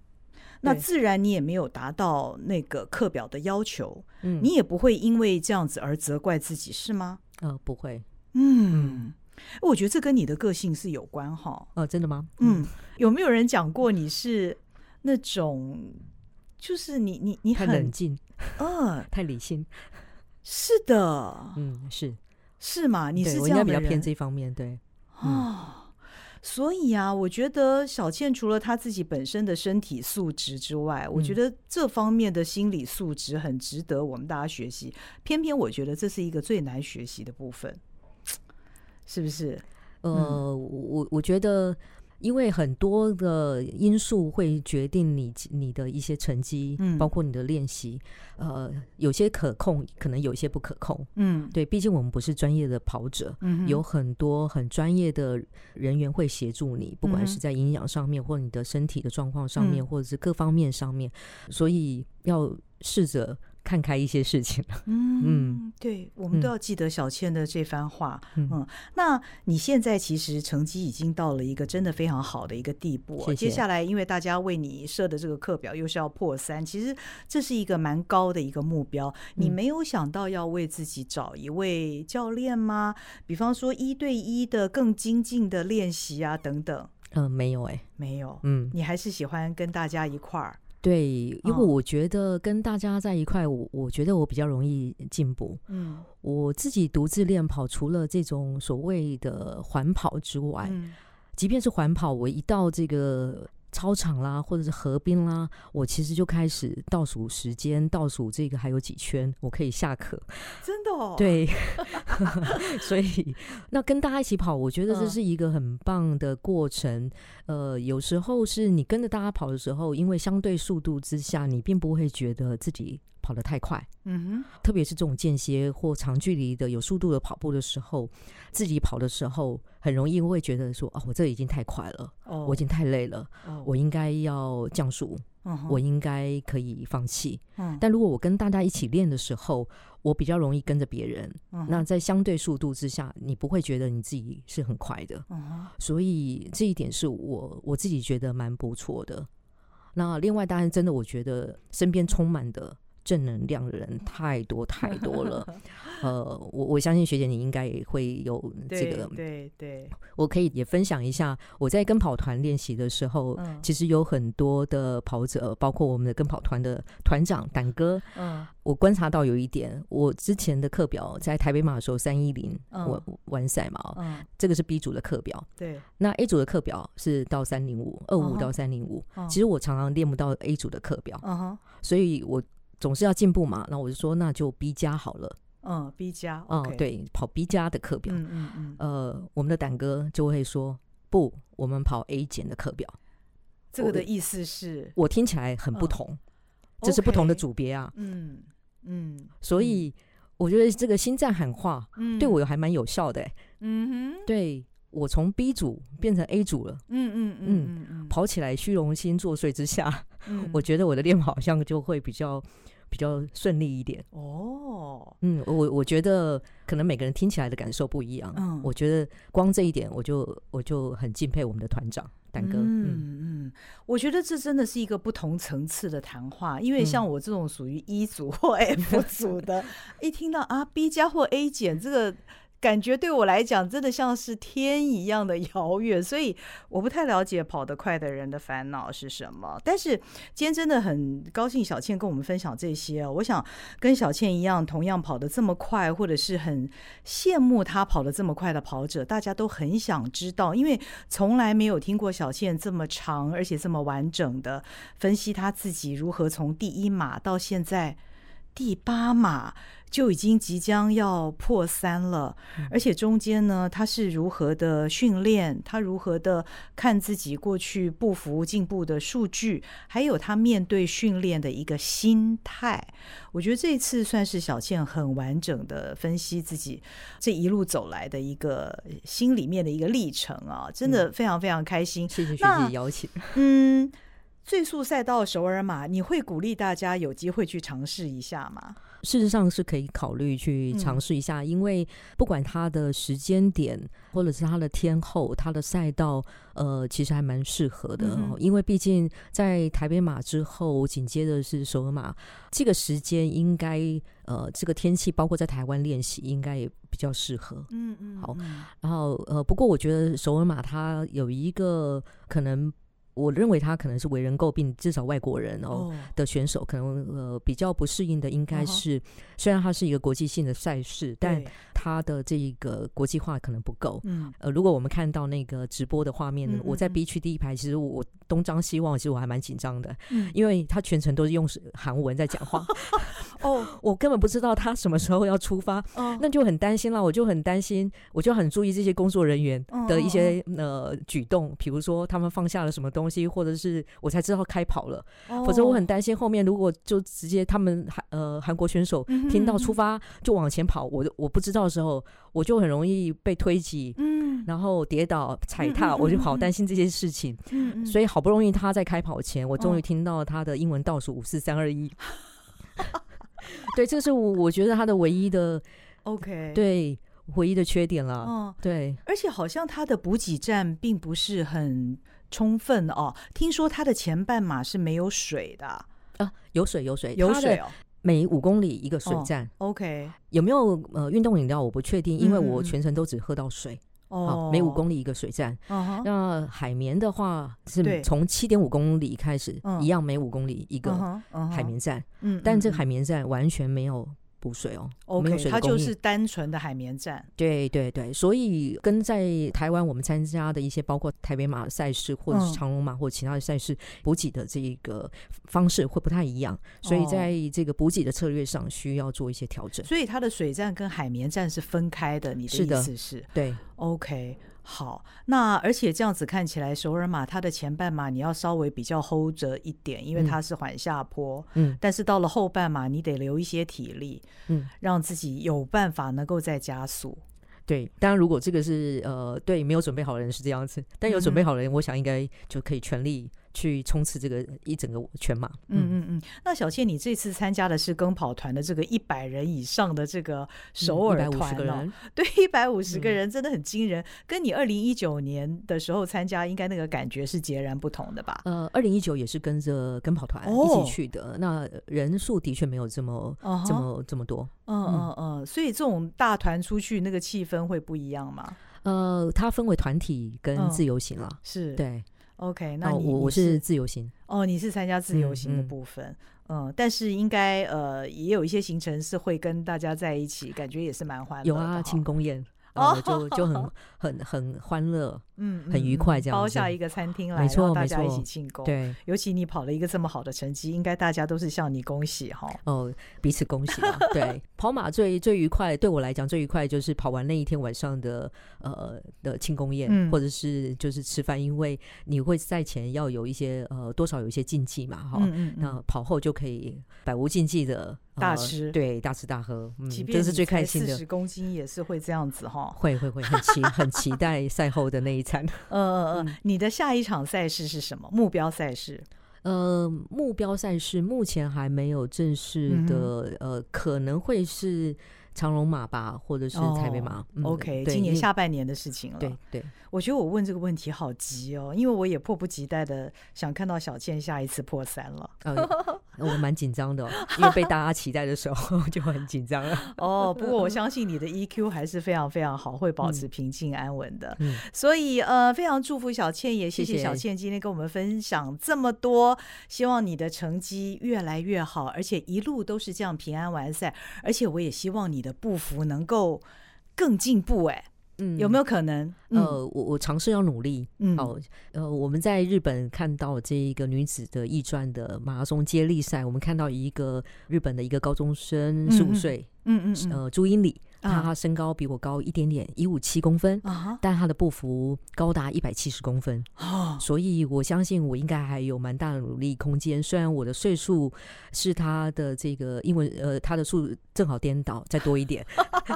那
对
自然你也没有达到那个课表的要求，
嗯，
你也不会因为这样子而责怪自己，是吗？
呃不会
嗯，我觉得这跟你的个性是有关哈。
呃真的吗？
嗯，有没有人讲过你是那种，就是你你你
太
很
冷静，
嗯、
太理性，
是的，
嗯是，
是吗？你
对
是
我
这
应该
样
比
的
较偏
人
这方面，对，嗯
哦，所以啊，我觉得小倩除了她自己本身的身体素质之外，我觉
嗯
得这方面的心理素质很值得我们大家学习。偏偏我觉得这是一个最难学习的部分，是不是？
呃我我觉得。因为很多的因素会决定你你的一些成绩，
嗯
包括你的练习，呃，有些可控，可能有些不可控。
嗯
对，毕竟我们不是专业的跑者，
嗯哼
有很多很专业的人员会协助你，不管
嗯
是
哼
在营养上面，或你的身体的状况上面，
嗯
或者是各方面上面，所以要试着看开一些事情。
嗯，对，我们都
嗯
要记得小倩的这番话。
嗯
嗯，那你现在其实成绩已经到了一个真的非常好的一个地步、哦。
谢谢
接下来，因为大家为你设的这个课表又是要破三，其实这是一个蛮高的一个目标。你
嗯
没有想到要为自己找一位教练吗？比方说一对一的更精进的练习啊，等等，
嗯、没有哎、
没有。
嗯，
你还是喜欢跟大家一块儿，
对，因为
哦
我觉得跟大家在一块，我我觉得我比较容易进步。
嗯，
我自己独自练跑，除了这种所谓的环跑之外，
嗯
即便是环跑，我一到这个操场啦，或者是河边啦，我其实就开始倒数时间，倒数这个还有几圈，我可以下课。
真的哦，，
对， 所以那跟大家一起跑，我觉得这
嗯
是一个很棒的过程。呃，有时候是你跟着大家跑的时候，因为相对速度之下，你并不会觉得自己跑得太快。
嗯
特别是这种间歇或长距离的有速度的跑步的时候，自己跑的时候，很容易会觉得说：“哦，我这已经太快了，
哼，哦，
我已经太累了，
哦，
我应该要降速，
嗯哼，
我应该可以放弃。”
嗯，
但如果我跟大家一起练的时候，我比较容易跟着别人。
嗯哼
那在相对速度之下，你不会觉得你自己是很快的，
嗯哼
所以这一点是我我自己觉得蛮不错的。那另外，当然真的，我觉得身边充满的正能量的人太多太多了。 呃，我我相信学姐你应该也会有这
对
个，
对对，
我可以也分享一下我在跟跑团练习的时候，
嗯
其实有很多的跑者，包括我们的跟跑团的团长胆哥，
嗯
我观察到有一点，我之前的课表在台北马的时候三一零
嗯
完完赛嘛，哦
嗯，
这个是 B 组的课表，
对，
那 A 组的课表是到三零五二
嗯
五
哼
到三零五，
嗯
其实我常常练不到 A 组的课表，
嗯哼，
所以我总是要进步嘛，那我就说那就 B 加好了，
嗯，B 加，
哦、
OK，
对，跑 B 加的课表，
嗯嗯嗯，
呃，我们的胆哥就会说不，我们跑 A 减的课表，
这个
我
的意思是，
我听起来很
嗯
不同，这是不同的，组别啊，
嗯嗯
所以我觉得这个心战喊话
嗯，
对我还蛮有效的欸、
嗯哼，
对我从 B 组变成 A 组了，
嗯嗯嗯嗯
跑起来虚荣心作祟之下，
嗯，
我觉得我的练跑好像就会比较比较顺利一点。
哦，
嗯，我我觉得可能每个人听起来的感受不一样。
嗯
我觉得光这一点，我就我就很敬佩我们的团长胆哥。嗯
嗯嗯，我觉得这真的是一个不同层次的谈话，因为像
嗯
我这种属于一组或 F 组 的，一听到啊 B 加或 A 减这个。感觉对我来讲，真的像是天一样的遥远，所以我不太了解跑得快的人的烦恼是什么。但是今天真的很高兴，小倩跟我们分享这些哦。我想跟小倩一样，同样跑得这么快，或者是很羡慕她跑得这么快的跑者，大家都很想知道，因为从来没有听过小倩这么长而且这么完整的分析她自己如何从第一码到现在第八码就已经即将要破三了，而且中间呢，她是如何的训练，她如何的看自己过去不服进步的数据，还有她面对训练的一个心态。我觉得这一次算是小倩很完整的分析自己这一路走来的一个心里面的一个历程啊，真的非常非常开心。
谢谢学
那
姐邀请。
嗯，最速赛道首尔马，你会鼓励大家有机会去尝试一下吗？
事实上是可以考虑去
嗯
尝试一下，因为不管它的时间点，或者是它的天候，它的赛道，呃，其实还蛮适合的、
嗯
哦。
哼
因为毕竟在台北马之后，紧接着是首尔马，这个时间应该，呃，这个天气，包括在台湾练习，应该也比较适合。
嗯嗯
好
嗯
然后，呃，不过我觉得首尔马它有一个可能，我认为它可能是为人诟病，至少外国人哦
哦，
的选手，可能呃比较不适应的应该
嗯哼
是，虽然它是一个国际性的赛事，但
对
它的这一个国际化可能不够。
嗯
呃，如果我们看到那个直播的画面呢
嗯，嗯
我在
嗯
B 区第一排，其实我东张西望，其实我还蛮紧张的，
嗯
因为他全程都是用是韩文在讲 话，
哦
我根本不知道他什么时候要出发，
哦
那就很担心啦，我就很担心，我就很注意这些工作人员
哦嗯
的一些呃举动，比如说他们放下了什么东西，或者是我才知道开跑了。
哦
否则我很担心后面如果就直接他们韩呃韩国选手
嗯哼
听
嗯
到
哼
出发就往前跑，我就我不知道的时候，我就很容易被推挤，
嗯
然后跌倒踩踏，
嗯嗯嗯
我就好
嗯嗯
担心这些事情。
嗯嗯
所以好不容易他在开跑前，我终
哦
于听到他的英文倒数五四三二一。 对，这是我我觉得他的唯一的
OK
对唯一的缺点了。
哦，
对，
而且好像他的补给站并不是很充分哦，听说他的前半马是没有水的，
啊，有水有水，
有
它
水
的
哦
每五公里一个水
哦
站，
OK
有没有呃运动饮料我不确定，因为
嗯嗯
我
嗯
全程都只喝到水。
哦
好，，每五公里一个水站。
嗯哼
那海绵的话
对
是从七点五公里开始，
嗯
一样每五公里
嗯
一个
哼嗯哼
海绵站，
嗯，
但
嗯
这个海
嗯
绵站完全没有补水哦，没有
OK，
水
它
的供
就
应。
是单纯的海绵站，
对对对，所以跟在台湾我们参加的一些包括台北马赛事或者
嗯
是长龙马或者其他的赛事补给的这一个方式会不太一样，所以
哦
在这个补给的策略上需要做一些调整。
所以它的水站跟海绵站是分开的，你的
是
意
的
思是
对，
OK，好，那而且这样子看起来，首尔马它的前半马你要稍微比较 hold 着一点，因为
嗯
它是缓下坡，
嗯
但是到了后半马，你得留一些体力，
嗯，
让自己有办法能够再加速。
对。当然，如
嗯
果这个是呃对没有准备好的人是这样子，但有准备好的人，我想应该就可以全力去冲刺这个一整个全马。
嗯嗯嗯。那小倩，你这次参加的是跟跑团的这个一百人以上的这个首尔
嗯一百五
团
十个
哦，
人，
对，一百五十个
嗯
人真的很惊人，跟你二零一九年的时候参加，应该那个感觉是截然不同的吧？
呃，二零一九也是跟着跟跑团
哦
一起去的，那人数的确没有这么、
哦
这呃么这么多。
嗯嗯嗯，所以这种大团出去，那个气氛会不一样吗？
呃，它分为团体跟
嗯
自由行啦。
是，
对，哦
，OK，那
我
你你
我是自由行，
哦，你是参加自由行的
嗯嗯
部分，嗯但是应该呃也有一些行程是会跟大家在一起，感觉也是蛮欢乐
有
的
啊，
哈
庆功宴，
哦
呃，就就 很很很欢乐，
嗯
很愉
嗯
快
嗯
这样
包
子
下一个餐厅来，
没错
让大
没
家一
错
起庆功。，
对，
尤其你跑了一个这么好的成绩，应该大家都是向你恭喜哈。
哦，彼此恭 喜啊！对，跑马最最愉快，对我来讲最愉快就是跑完那一天晚上的呃的庆功宴，
嗯
或者是就是吃饭，因为你会赛前要有一些呃多少有一些禁忌嘛，哈、
嗯嗯嗯
那跑后就可以百无禁忌的、呃
大吃
对，大吃大喝，嗯，
即便
这是最开心
四
的
十。公斤也是会这样子哈。
会会会，很期很期待赛后的那一餐。
呃呃
嗯
呃，你的下一场赛事是什么？目标赛事？
呃，目标赛事目前还没有正式
嗯
的，呃，可能会是长龙马吧，或者是台北马。
哦
嗯
OK，
对
今年
因为
下半年的事情了。
对 对，
我觉得我问这个问题好急哦，因为我也迫不及待的想看到小倩下一次破三了。
呃，我蛮紧张的哦，因为被大家期待的时候 就很紧张了。
哦，不过我相信你的 EQ 还是非常非常好，会保持平静安稳的。
嗯
所以呃，非常祝福小倩，也谢
谢
谢
谢
小倩今天跟我们分享这么多，希望你的成绩越来越好，而且一路都是这样平安完赛。而且我也希望你的步幅能够更进步，哎，
嗯
有没有可能？嗯
呃，我我尝试要努力。
嗯
哦，呃，我们在日本看到这一个女子的义转的马拉松接力赛，我们看到一个日本的一个高中生，
嗯
十
嗯
五岁，
嗯嗯嗯
呃，朱英里，
啊
她身高比我高一点点，一五七公分，
啊哈
但她的步幅高达一百七十公分。
哦
所以我相信我应该还有蛮大的努力空间。虽然我的岁数是他的这个英文呃他的数正好颠倒再多 一点，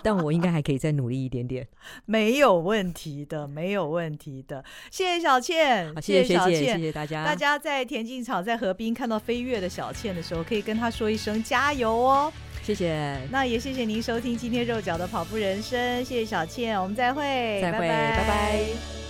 但我应该还可以再努力一点点。
没有问题的，没有问题的。谢谢小倩，
好，谢
谢
学
小
姐，谢
倩。
谢大家，
大家在田径场、在河滨看到飞跃的小倩的时候，可以跟她说一声加油哦。
谢谢，
那也谢谢您收听今天肉脚的跑步人生，谢谢小倩，我们再会，
再会
拜
拜拜